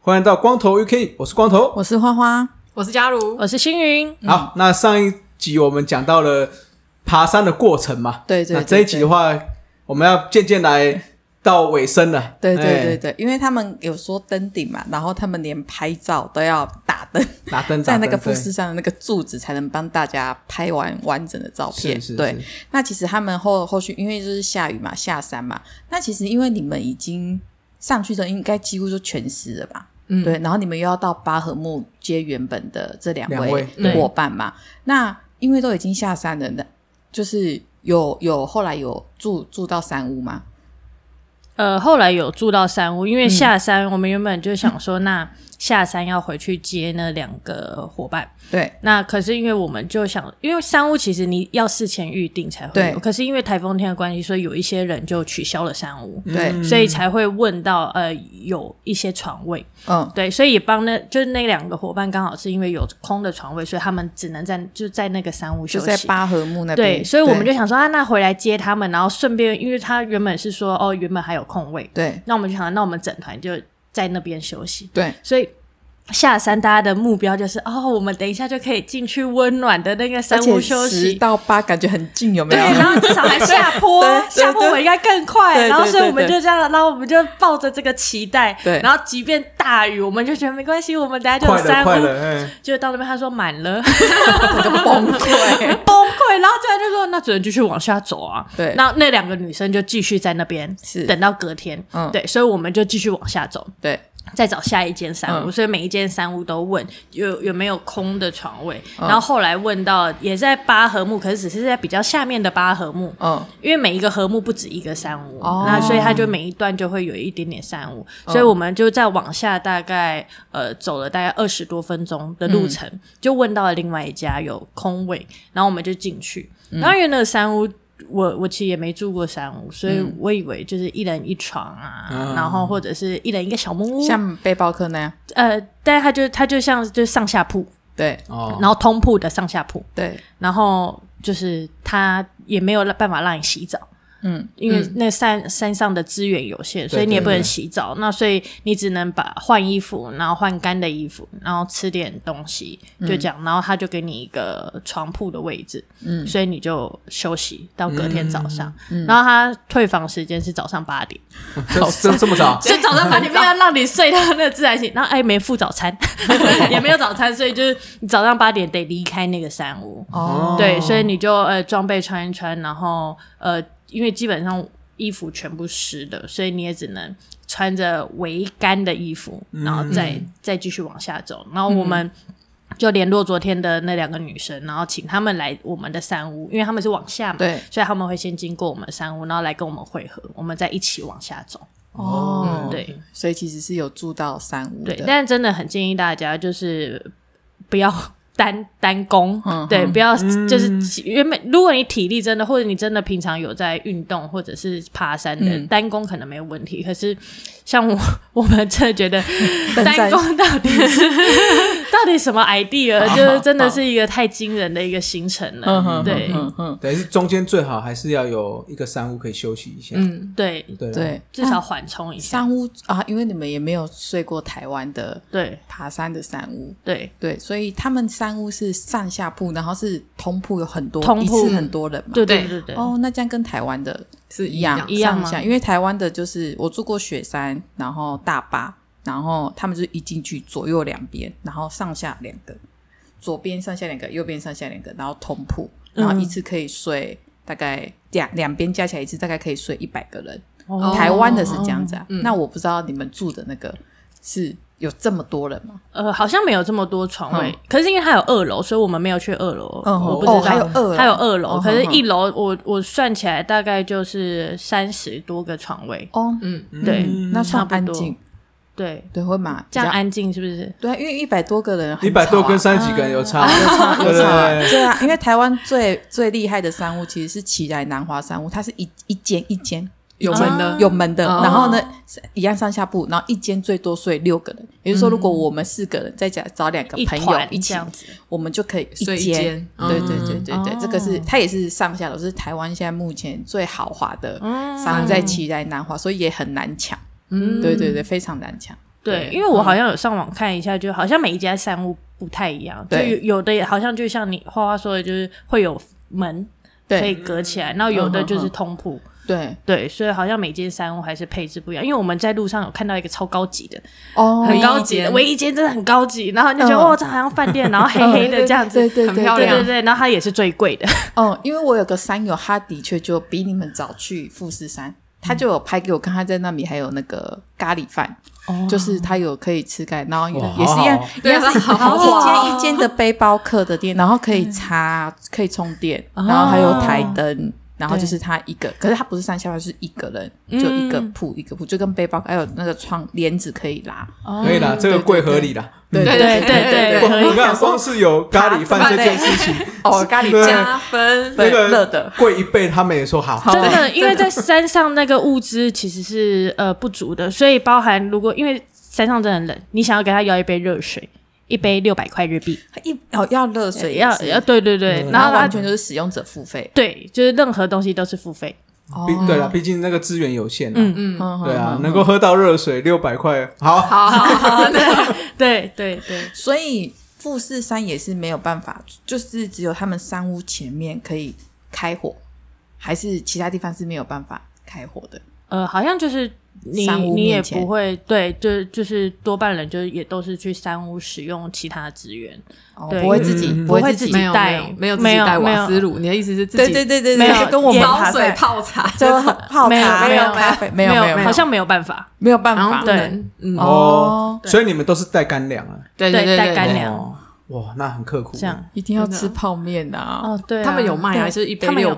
欢迎到光头 UK，我是光头。我是花花，我是嘉如，我是星云，嗯好，那上一集我们讲到了爬山的过程嘛，对对那对这一集的话，我们要渐渐来到尾声了。对对对哎，对，因为他们有说登顶嘛，然后他们连拍照都要打灯，打灯在那个富富士山的那个柱子才能帮大家拍完完整的照片。是是对，是那其实他们后后续因为就是下雨嘛，下山嘛，那其实因为你们已经上去的，应该几乎就全湿了吧？嗯对，然后你们又要到巴和木接原本的这两两位位对伙伴嘛，那因为都已经下山了，那就是有有后来有住住到山屋吗？呃，后来有住到山屋，嗯因为下山，我们原本就想说，那下山要回去接那两个伙伴。对，那可是因为我们就想，因为山屋其实你要事前预定才会有，对可是因为台风天的关系，所以有一些人就取消了山屋，对嗯所以才会问到呃有一些床位。嗯，对，所以也帮那就是那两个伙伴刚好是因为有空的床位，所以他们只能在就在那个山屋休就在息。巴和木那边。对，所以我们就对想说啊，那回来接他们，然后顺便，因为他原本是说哦，原本还有空位，对那我们就想，那我们整团就在那边休息。对所以下山大家的目标就是哦，我们等一下就可以进去温暖的那个而山且屋休十息。到八感觉很近，有没对，有？然后至少还下坡 对对，下坡我们应该更快。啊对对然后所以对我们对就这样，然后我们就抱着这个期待。对然后即便大雨，我们就觉得没关系，我们等一下就有快乐山快屋乐，。哎，就到那边，他说满了。整个崩溃。崩溃，然后突然就说那只能继续往下走啊。对那那两个女生就继续在那边是等到隔天，嗯对，所以我们就继续往下走， 对再找下一间山屋。嗯所以每一间山屋都问有有没有空的床位，嗯然后后来问到也在八合目，可是只是在比较下面的八合目。嗯，因为每一个和木不止一个山屋，哦那所以它就每一段就会有一点点山屋，所以我们就再往下大概呃走了大概二十多分钟的路程，就问到了另外一家有空位，然后我们就进去。然后因为那个山屋，我我其实也没住过山屋，所以我以为就是一人一床啊，嗯然后或者是一人一个小木屋，像背包客那样。呃，但它就它就像就是上下铺，对哦，然后通铺的上下铺，对，然后就是它也没有办法让你洗澡。嗯，因为那山、山上的资源有限，所以你也不能洗澡。那所以你只能把换衣服，然后换干的衣服，然后吃点东西，嗯就这样。然后他就给你一个床铺的位置，嗯，所以你就休息到隔天早上。嗯然后他退房时间是早上 八点，这这这么早，所以早上八点没有让你睡到那个自然醒。然后哎，没付 早餐，也没有早餐，所以就是你早上八点得离开那个山屋。哦，对，所以你就呃装备穿一穿，然后呃，因为基本上衣服全部湿的，所以你也只能穿着围干的衣服，然后再、嗯再继续往下走。然后我们就联络昨天的那两个女生，然后请他们来我们的山屋，因为他们是往下嘛，对所以他们会先经过我们山屋，然后来跟我们汇合，我们再一起往下走。哦，对所以其实是有住到三五对，的。但真的很建议大家就是不要 单单攻，嗯对，嗯不要就是原本如果你体力真的或者你真的平常有在运动或者是爬山的、嗯单攻可能没有问题，可是像我 我们真的觉 得单在攻到 底是到底什么 idea，就是真的是一个太惊人的一个行程了，对嗯嗯，等于是中间最好还是要有一个山屋可以休息一下。嗯，对，对啊，对，至少缓冲一下，三屋啊，因为你们也没有睡过台湾的对爬山的山屋，对。对，所以他们山屋是上下铺，然后是通铺，有很多通一铺次很多人嘛，对对对对，哦，那这样跟台湾的是一样一样吗上下因为台湾的就是我住过雪山，然后大巴，然后他们就是一进去左右两边，然后上下两个，左边上下两个，右边上下两个，然后同铺，嗯然后一次可以睡大概两两边加起来一次大概可以睡一百个人。哦嗯台湾的是这样子啊，那我不知道你们住的那个是有这么多人吗？呃，好像没有这么多床位，嗯可是因为它有二楼，所以我们没有去二楼。嗯我不知道、哦还有二楼还有二楼，哦可是哼哼一楼我我算起来大概就是三十多个床位。哦，嗯，对，那算差不安多静，对，对，会嘛？这样比较安静是不是？对，啊因为一百多个人很吵啊，一百多跟三十几个人有差， 有对吵啊，对对对啊，因为台湾最最厉害的山屋其实是奇来南华山屋，它是一一间一间嗯有门的有门的，哦然后呢一样上下铺，然后一间最多睡六个人，也就是说，如果我们四个人再加找两个一朋友团一起这，样子，我们就可以睡一间间。对嗯对对对对哦，这个是它也是上下楼，是台湾现在目前最豪华的嗯山屋在奇来南华，所以也很难抢。嗯对对对，非常难抢。对，因为我好像有上网看一下，就好像每一家散屋不太一样，就对有有的好像就像你花花说的，就是会有门对嗯可以隔起来，然后有的就是通铺。对对，所以好像每间山屋还是配置不一样，因为我们在路上有看到一个超高级的，哦很高唯一级的，间唯一间真的很高级，然后你就觉得、嗯哦，这好像饭店， 然后黑黑的这样子，对对对很对漂对亮对对，然后它也是最贵的，哦，因为我有个山友，他的确就比你们早去富士山，他就有拍给我看，他在那里还有那个咖喱饭，就是他有可以吃咖喱，然后也哇也是一样好好，对也啊是好好一间一间的背包客的店，然后可以插，可以充电，然后还有台灯。然后就是他一个，可是他不是上下班，是一个人，就一个铺、一个铺，就跟背包客还有那个窗帘子可以拉，可以啦，这个贵合理啦。哦嗯对对对对对对光可以你看，光是有咖喱饭这件事情， 哦，咖喱对酱加分，那个热的贵一倍，他们也说好。 真的，因为在山上那个物资其实是呃不足的，所以包含如果因为山上真的很冷，你想要给他要一杯热水，一杯六百块日币，呃一哦要热水要也是要对对对，嗯然然后后他完全就是使用者付费，对，就是任何东西都是付费，哦毕对了，毕竟那个资源有限啊。嗯嗯，嗯对啊，能够喝到热水六百块，好，好好好，真的，对对对，所以富士山也是没有办法，就是只有他们山屋前面可以开火，还是其他地方是没有办法开火的。呃，好像就是你山屋你也面前不会对，就就是多半人就是也都是去山屋使用其他资源，哦，对不会自己，嗯不不会会自自己己。没有带没有没有自没己有带没有瓦斯炉，你的意思是自对己对对对没有对，就跟我们烧爬水山，泡茶，就泡没有茶没有咖啡，没有没有，好像没有办法，没有办然后法不。对能，嗯，哦哦，所以你们都是带干粮啊，对对对带对干对，粮哦，哇，那很刻苦。这样，一定要真的吃泡面的啊！哦，对啊、他们有卖啊对就是一杯他们有呃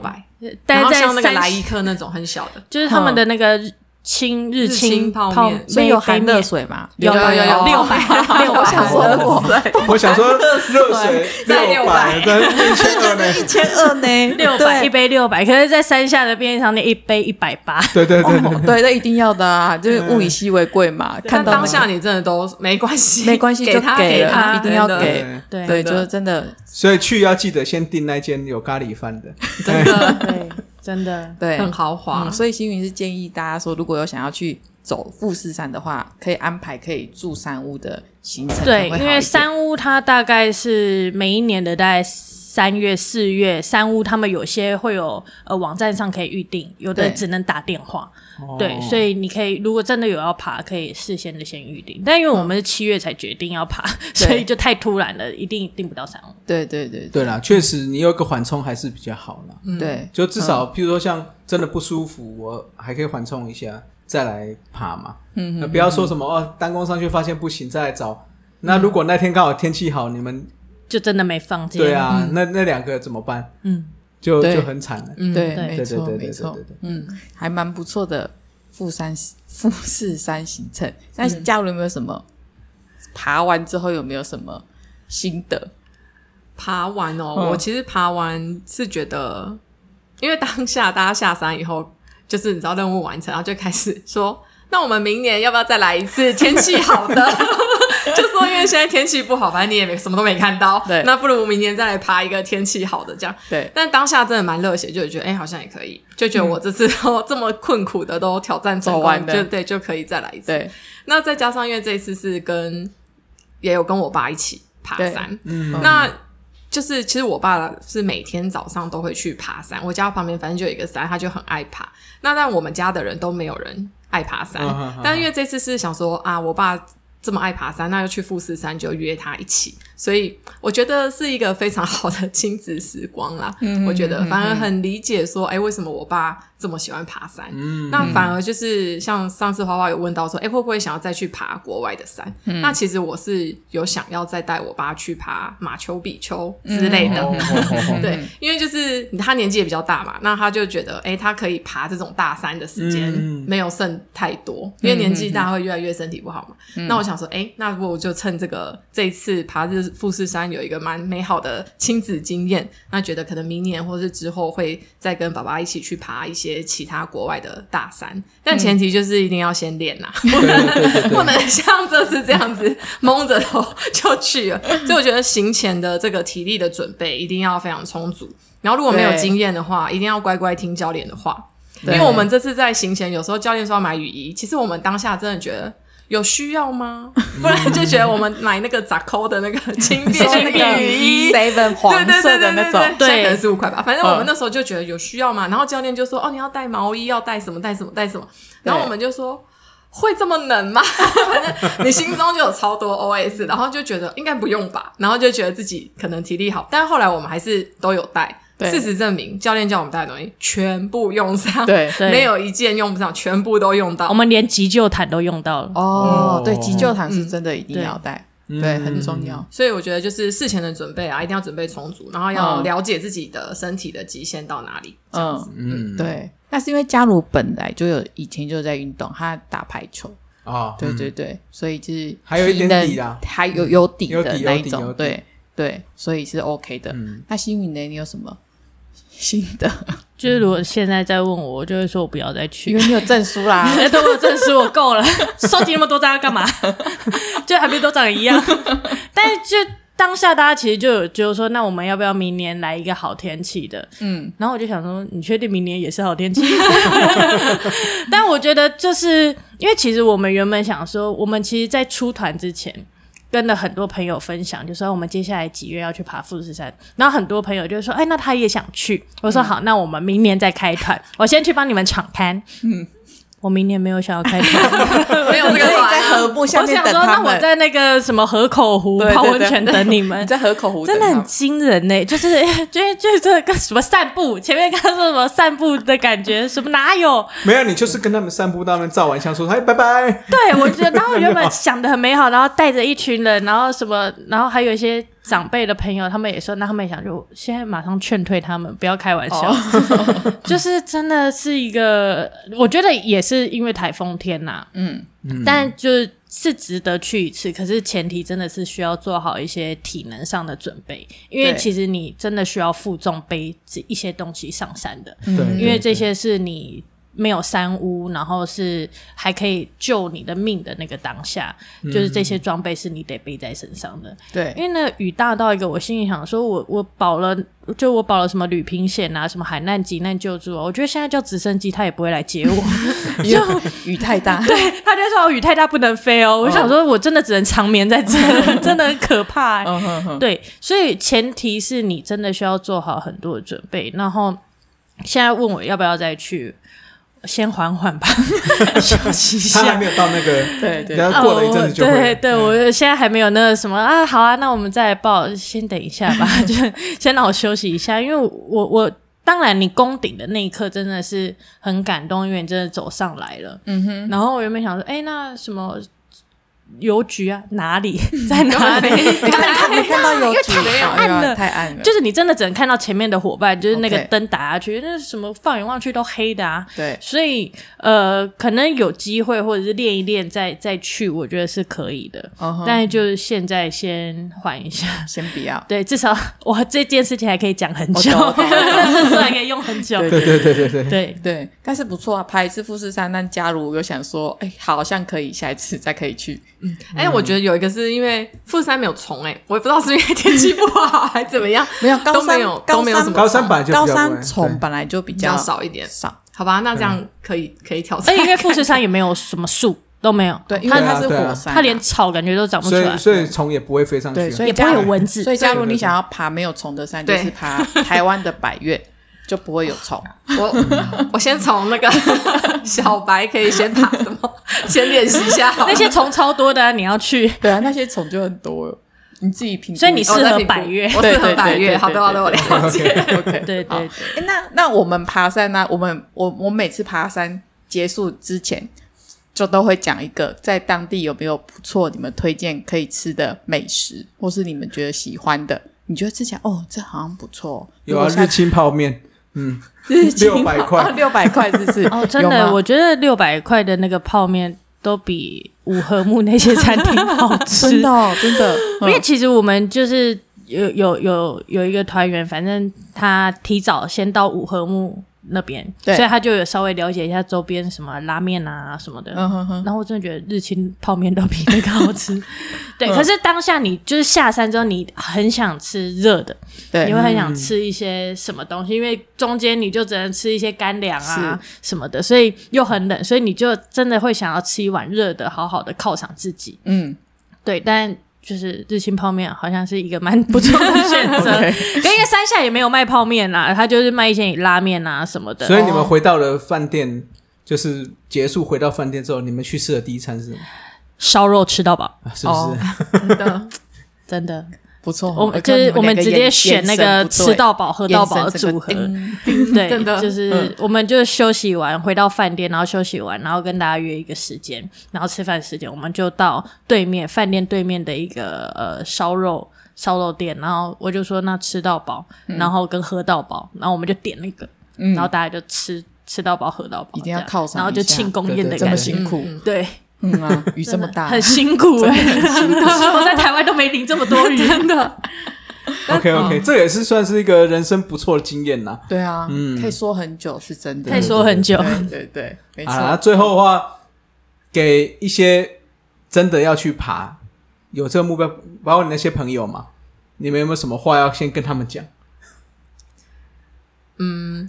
600，待然后在像那个山来西一克那种很小的，就是他们的那个清日日清清泡面所以有含热面水吗？有有有有有六百 六我想说百，我我想说热水再六百， 600但一千二呢？一千二呢，六百对一杯六百，可是，在山下的便利商店一杯一百八，对对对对 哦对，那一定要的啊，就是物以稀为贵嘛。 看但到那当个下你真的都没关系，没关系给就他给了他，一定要真的给对对，对真的就是真的，所以去要记得先订那间有咖喱饭的。真的对，真的对，很豪华嗯。所以星云是建议大家说，如果有想要去走富士山的话，可以安排可以住山屋的行程，对，可能会好一因点为山屋它大概是每一年的大概三月、四月，山屋他们有些会有呃网站上可以预定，有的对只能打电话。哦对，所以你可以如果真的有要爬，可以事先的先预定。但因为我们是七月才决定要爬， 所以就太突然了，一定订不到山屋。对对对对啦，确实你有个缓冲还是比较好啦。嗯对就至少，譬如说像真的不舒服，我还可以缓冲一下，再来爬嘛。嗯，那不要说什么哦，单攻上去发现不行，再来找。那如果那天刚好天气好，你们就真的没放进。对，啊，那那两个怎么办？嗯，就对就很惨了。嗯对，对没对对错对没对对错对，对。嗯，还蛮不错的富山富士山行程。那嘉如有没有什么爬完之后有没有什么心得？爬完哦，嗯我其实爬完是觉得，因为当下大家下山以后，就是你知道任务完成，然后就开始说，那我们明年要不要再来一次？天气 好的，就说因为现在天气不好，反正你也没什么都没看到，对那不如明年再来爬一个天气好的这样。对但当下真的蛮热血，就觉得哎、好像也可以，就觉得我这次 都这么困苦的都挑战成功，走完了就对，就可以再来一次。对，那再加上因为这一次是跟也有跟我爸一起爬对山，嗯，那就是其实我爸是每天早上都会去爬山，我家旁边反正就有一个山，他就很爱爬。那但我们家的人都没有人爱爬山，嗯嗯嗯但因为这次是想说啊，我爸。这么爱爬山，那就去富士山，就约他一起。所以我觉得是一个非常好的亲子时光啦。嗯我觉得反而很理解说，哎、为什么我爸这么喜欢爬山？嗯，那反而就是像上次花花有问到说，哎、会不会想要再去爬国外的山？嗯那其实我是有想要再带我爸去爬马丘比丘之类的。哦哦对，因为就是他年纪也比较大嘛，那他就觉得，哎、他可以爬这种大山的时间嗯没有剩太多，因为年纪大会越来越身体不好嘛。嗯那我想说，哎、那如果我就趁这个这一次爬日富士山有一个蛮美好的亲子经验，那觉得可能明年或是之后会再跟爸爸一起去爬一些其他国外的大山，嗯但前提就是一定要先练啊呐、对对对不对，能像这次这样子蒙着头就去了。所以我觉得行前的这个体力的准备一定要非常充足。然后如果没有对经验的话，一定要乖乖听教练的话，因对为我们这次在行前，有时候教练说要买雨衣，其实我们当下真的觉得。有需要吗？不然就觉得我们买那个扎扣的那个轻便轻的那便个雨衣， seven 黄色的那种，对对对对对对对现在可能十五块吧。反正嗯我们那时候就觉得有需要嘛，然后教练就说：“哦，你要带毛衣，要带什么带什么带什么。”然后我们就说。会这么冷吗？ 反正你心中就有超多 OS，然后就觉得应该不用吧，然后就觉得自己可能体力好，但后来我们还是都有带。对事实证明，教练叫我们带的东西全部用上，对对没有一件用不上，全部都用到我。们连急救毯都用到了。哦哦，对，急救毯是真的一定要带，嗯对，很重要。所以我觉得就是事前的准备啊，一定要准备充足，然后要嗯了解自己的身体的极限到哪里。这样子嗯，嗯，对。那是因为嘉如本来就有以前就在运动，他打排球，啊，对嗯对对，所以就是还有一点体能底啦还有有底有的底那有一底有种，底对对，所以是 OK 的。嗯那星云呢？你有什么新的？就是如果现在再问我，我就会说我不要再去，因为你有证书啦， 哎，等我证书我够了， 收集那么多张要干嘛？ 就还没都长得一样。但是就当下大家其实就有就是说，那我们要不要明年来一个好天气的？嗯，然后我就想说，你确定明年也是好天气？ 但我觉得就是因为其实我们原本想说，我们其实，在出团之前。跟了很多朋友分享，就说我们接下来几月要去爬富士山，然后很多朋友就说：“哎，那他也想去。”我说：“好，那我们明年再开团，我先去帮你们敞开。”嗯，我明年没有想要开团，没有这你个可以话在河部 下我面想等说，他那我们，在那个什么河口湖对对泡对温泉等你们你。 在河口湖真等的他很们，惊人呢、就是 就是就是这个什么散步，前面刚刚说什么散步的感觉，什么哪有？没有，你就是跟他们散步，到那边照完相说，嗨，哎拜拜。对我觉得，然后原本想的很美好，然后带着一群人，然后什么，然后还有一些长辈的朋友，他们也说，那他们也想就现在马上劝退他们，不要开玩笑，哦 就是真的是一个，我觉得也是因为台风天呐、嗯，但就是是值得去一次，可是前提真的是需要做好一些体能上的准备，因为对其实你真的需要负重背一些东西上山的，对，对因为这对些是你没有山屋，然后是还可以救你的命的那个当下，就是这些装备是你得背在身上的。因对，为那雨大到一个，我心里想说我，我保了，就我保了什么旅平险啊，什么海难急难救助啊，我觉得现在叫直升机，他也不会来接我。因为雨太大，对他就说哦雨太大不能飞嗯哦。我想说，我真的只能长 眠在这，真的很可怕、欸。嗯哼哼，对，所以前提是你真的需要做好很多的准备。然后现在问我要不要再去，先缓缓吧， 休息一他还下没。有到那个，对对然后过了嗯一阵子就哦我会对。对，我现在还没有那个什么啊，好啊，那我们再来报，先等一下 吧，就先让我休息一下，因为我我当然你攻顶的那一刻真的是很感动，因为你真的走上来了，嗯哼，然后我原本想说，哎，那什么。邮局啊，哪里在哪里？看没看到有因为几太秒暗因为了太哎暗了， 就是你真的只能看到前面的伙伴，就是那个 OK 灯打下去，那什么放眼望去都黑的啊。对所以呃，可能有机会或者是练一练再再去，我觉得是可以的。嗯哼但是就是现在先缓一下， 先不要，对，至少我这件事情还可以讲很久，哦我懂我懂 这事还可以用很久。对对对对对，对对，但是不错啊，拍一次富士山，但假如有想说，哎，好像可以下一次再可以去，哎、我觉得有一个是因为富士山没有虫哎、我也不知道是因为天气不好 还怎么样，没有都高没山有都高没有什山么高山本来就比较不高会山虫对本来就比比较较少一点。少，好吧，那这样可以可以挑而战且。因为富士山也没有什么树，都没有，对，因为对啊它是对啊火山啊，它连草感觉都长不出所以来，所以虫也不会飞上去啊，对，所以 也不会假有如蚊子所。以，假如对对你对想要爬没有虫的山，就对是爬台湾的百越，就不会有虫。我我先从那个小白可以先爬什么，先练习一下好了。那些虫超多的啊、你要去 对啊，那些虫就很多了。你自己评估，所以你适我在合评估百越我适合对对对百对越，好的好的，我了解。 OK 对对对，诶那那我们爬山呢、我们我我每次爬山结束之前，就都会讲一个在当地有没有不错你们推荐可以吃的美食，或是你们觉得喜欢的，你觉得之前哦，这好像不错哦，有啊，如果下日次清泡面，嗯，日清600块哦六百块是不是？ 哦，真有吗的，我觉得六百块的那个泡面都比五合目那些餐厅好 吃。真的哦、真 的，因为其实我们就是有有有有一个团员，反正他提早先到五合目那边，对所以他就有稍微了解一下周边什么拉面啊什么的。嗯哼哼，然后我真的觉得日清泡面都比那个 好吃，对。可是当下你就是下山之后，你很想吃热的，对嗯你会很想吃一些什么东西，因为中间你就只能吃一些干粮啊什么的，所以又很冷，所以你就真的会想要吃一碗热的，好好的犒赏自己。嗯，对，但就是日清泡面好像是一个蛮不错的选 择，OK 可因为山下也没有卖泡面啦，他就是卖一些拉面啊什么的。所以你们回到了饭店，就是结束回到饭店之后，你们去吃的第一餐是什么？烧肉吃到饱，啊是不哦是？真的，真的，不错哦，我们看就是我们们两直眼接选那个吃。到饱喝到饱的眼神整组个嗯合，对 对，真的就是我们就休息完回到饭店，然后休息完，然后跟大家约一个时间，然后吃饭时间，我们就到对面饭店对面的一个呃烧肉烧肉店，然后我就说那吃到饱，然后跟喝到饱，然后我们就点那个，嗯然后大家就吃吃到饱喝到饱，一定要这样犒赏然后就一下庆功宴的对对这感么觉，辛苦，对，嗯啊，雨这么大，很辛苦哎、 我在台湾都没淋这么多 雨，真 的。 OK OK，、这也是算是一个人生不错的经验呐。对啊，嗯可以说很久，是真的，可以说很久，对对对，没错，啊，最后的话，给一些真的要去爬有这个目标，包括你那些朋友嘛，你们有没有什么话要先跟他们讲？嗯，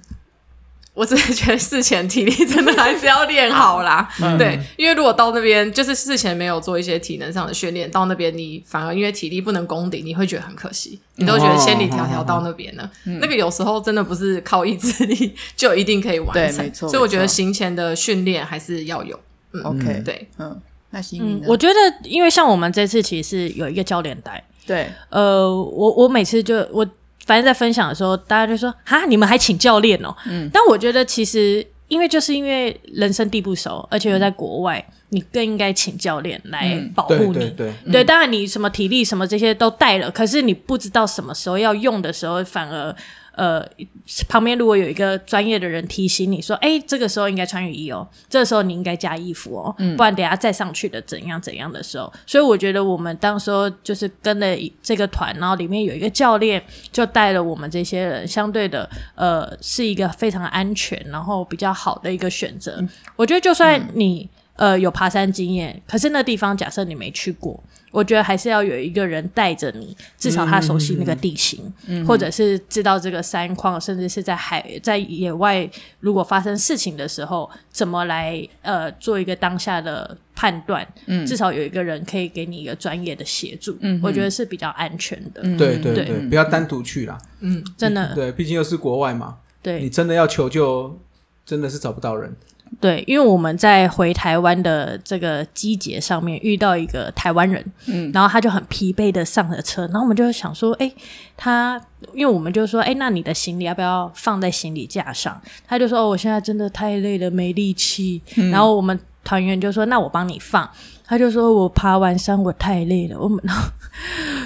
我只是觉得事前体力真的还是要练好啦。嗯对，因为如果到那边就是事前没有做一些体能上的训练，到那边你反而因为体力不能攻顶，你会觉得很可惜，你都觉得千里迢迢到那边了。嗯那个有时候真的不是靠意志力就一定可以完 对没成，错所以我觉没得错行前的训练还是要有。嗯 OK 对，嗯，那行你嗯呢，？我觉得因为像我们这次其实是有一个教练带，对呃，我我每次就我反正在分享的时候，大家就说哈，你们还请教练哦。嗯，但我觉得其实因为就是因为人生地不熟，而且又在国外，你更应该请教练来嗯保护对你。对对，对，当然你什么体力什么这些都带了，可是你不知道什么时候要用的时候，反而呃，旁边如果有一个专业的人提醒你说，哎，这个时候应该穿雨衣哦，这个时候你应该加衣服哦，不然等一下再上去的怎样怎样的时候，所以我觉得我们当时候就是跟了一这个团，然后里面有一个教练就带了我们这些人，相对的呃是一个非常安全，然后比较好的一个选择。我觉得就算你。呃，有爬山经验，可是那地方假设你没去过，我觉得还是要有一个人带着你，至少他熟悉那个地形，或者是知道这个山况，甚至是在海在野外，如果发生事情的时候，怎么来呃做一个当下的判断。嗯，至少有一个人可以给你一个专业的协助，嗯，我觉得是比较安全的。嗯，对对对对，不要单独去啦。真的，对，毕竟又是国外嘛，你对真的要求救，真的是找不到人。对，因为我们在回台湾的这个机节上面遇到一个台湾人，嗯然后他就很疲惫的上了车，然后我们就想说，哎、他因为我们就说，哎、那你的行李要不要放在行李架上？他就说，哦，我现在真的太累了，没力气。然后我们团员就说，那我帮你放。他就说我爬完山我太累了，我们然 后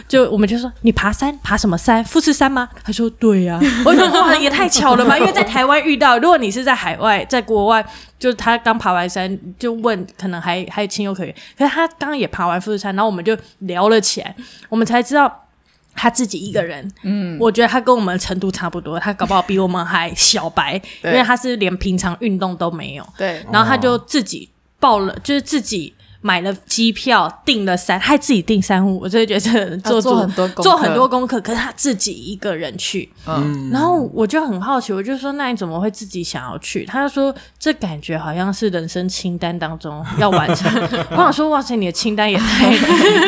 就我们就说你爬山爬什么山？富士山吗？他说对呀、我说哇也太巧了吧，因为在台湾遇到，如果你是在海外，在国外，就是他刚爬完山就问，可能还还情有可原。可是他刚刚也爬完富士山，然后我们就聊了起来，我们才知道。他自己一个人，嗯，我觉得他跟我们程度差不多，他搞不好比我们还小白，因对为他是连平常运动都没有，对然后他就自己报了，就是自己买了机票，订了三，还自己订三户，我真的觉得这个人做啊做足很多功课做很多功课，可是他自己一个人去，嗯然后我就很好奇，我就说那你怎么会自己想要去？他就说这感觉好像是人生清单当中要完成。 我想说哇塞，你的清单也太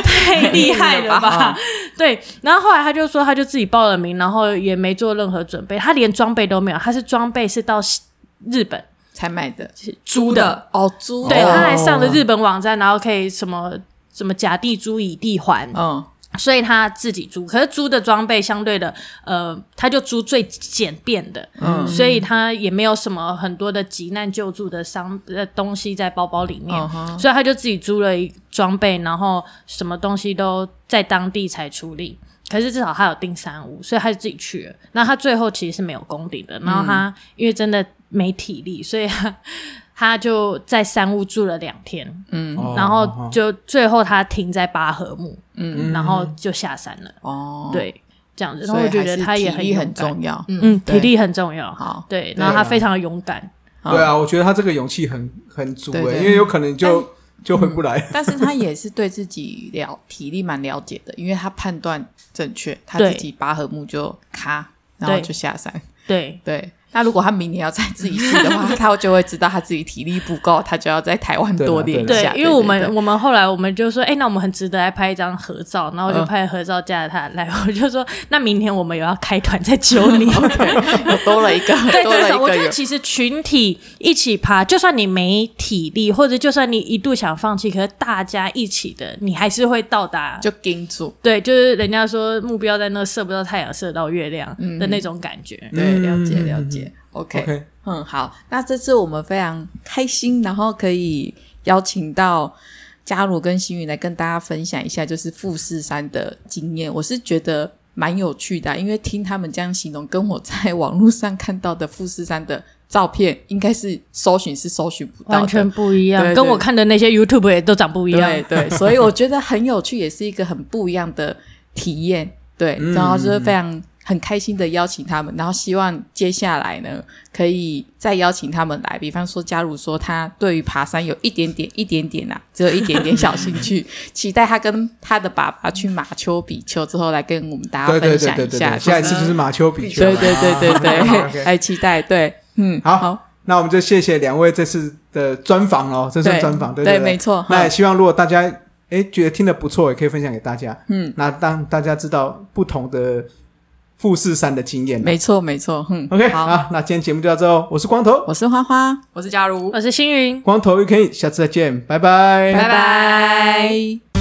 太厉害了 吧？对。然后后来他就说他就自己报了名，然后也没做任何准备，他连装备都没有，他是装备是到日本。才买的租的，哦，租对哦他还上了日本网站，然后可以什么什么甲地租乙地还，嗯所以他自己租，可是租的装备相对的，呃，他就租最简便的，嗯所以他也没有什么很多的急难救助的商呃东西在包包里面嗯哼所以他就自己租了一装备，然后什么东西都在当地才处理。可是至少他有订三五，所以他就自己去了。那他最后其实是没有功底的，然后他、嗯因为真的没体力，所以他 他就在山屋住了两天，嗯哦然后就最后他停在巴和木，嗯然后就下山了。哦，，对，这样子，然所后以我觉得他也还是体力勇很敢，重要。嗯，体对力很重要。好对对，然后他啊非常勇敢，对啊，我觉得他这个勇气很很足哎、对对哎嗯因为有可能就就回不 来。但是他也是对自己了 体力蛮了解的，因为他判断正确，他对自己拔河木就咔，然后就下山。对对，那如果他明年要再自己去的 话，他就会知道他自己体力不够，他就要在台湾对啦多练一对对下。，因为我们对对我们后来我们就说，哎，那我们很值得来拍一张合照，然后我就嗯拍合照加了他的来，我就说，那明天我们有要开团再 揪你。对又多了一个， 对，多了至一少我个觉得人。其实群体一起爬，就算你没体力，或者就算你一度想放弃，可是大家一起的，你还是会到达就盯住，对，就是人家说目标在那射不到太阳，射到月亮的那种感觉。对，了解嗯了解。OK， OK，嗯，好，那这次我们非常开心，然后可以邀请到嘉如跟新宇来跟大家分享一下，就是富士山的经验。我是觉得蛮有趣的啊、因为听他们这样形容，跟我在网络上看到的富士山的照片，应该是搜寻是搜寻不到的，完全不一样，对对跟我看的那些 YouTube 也都长不一样。对对，所以我觉得很有趣，也是一个很不一样的体验。对，嗯然后就是非常很开心的邀请他们，然后希望接下来呢可以再邀请他们来。比方说，假如说他对于爬山有一点点、一点点啊，只有一点点小兴趣， 期待他跟他的爸爸去马丘比丘之后来跟我们大对家分对对享对一对下。对，下一次就是马丘比丘对了。对对对啊对， 哎 OK 来期待对，嗯，好那我们就谢谢两位这次的专访哦，这算对专访，对对对，没错那也希望如果大家诶觉得听得不错，也可以分享给大家。嗯，那让大家知道不同的富士山的经验。啊没错没错，嗯 OK，好，好，那今天节目就到这哦。我是光头，我是花花，我是嘉如，我是星云，光头 UK，下次再见，拜拜，拜拜拜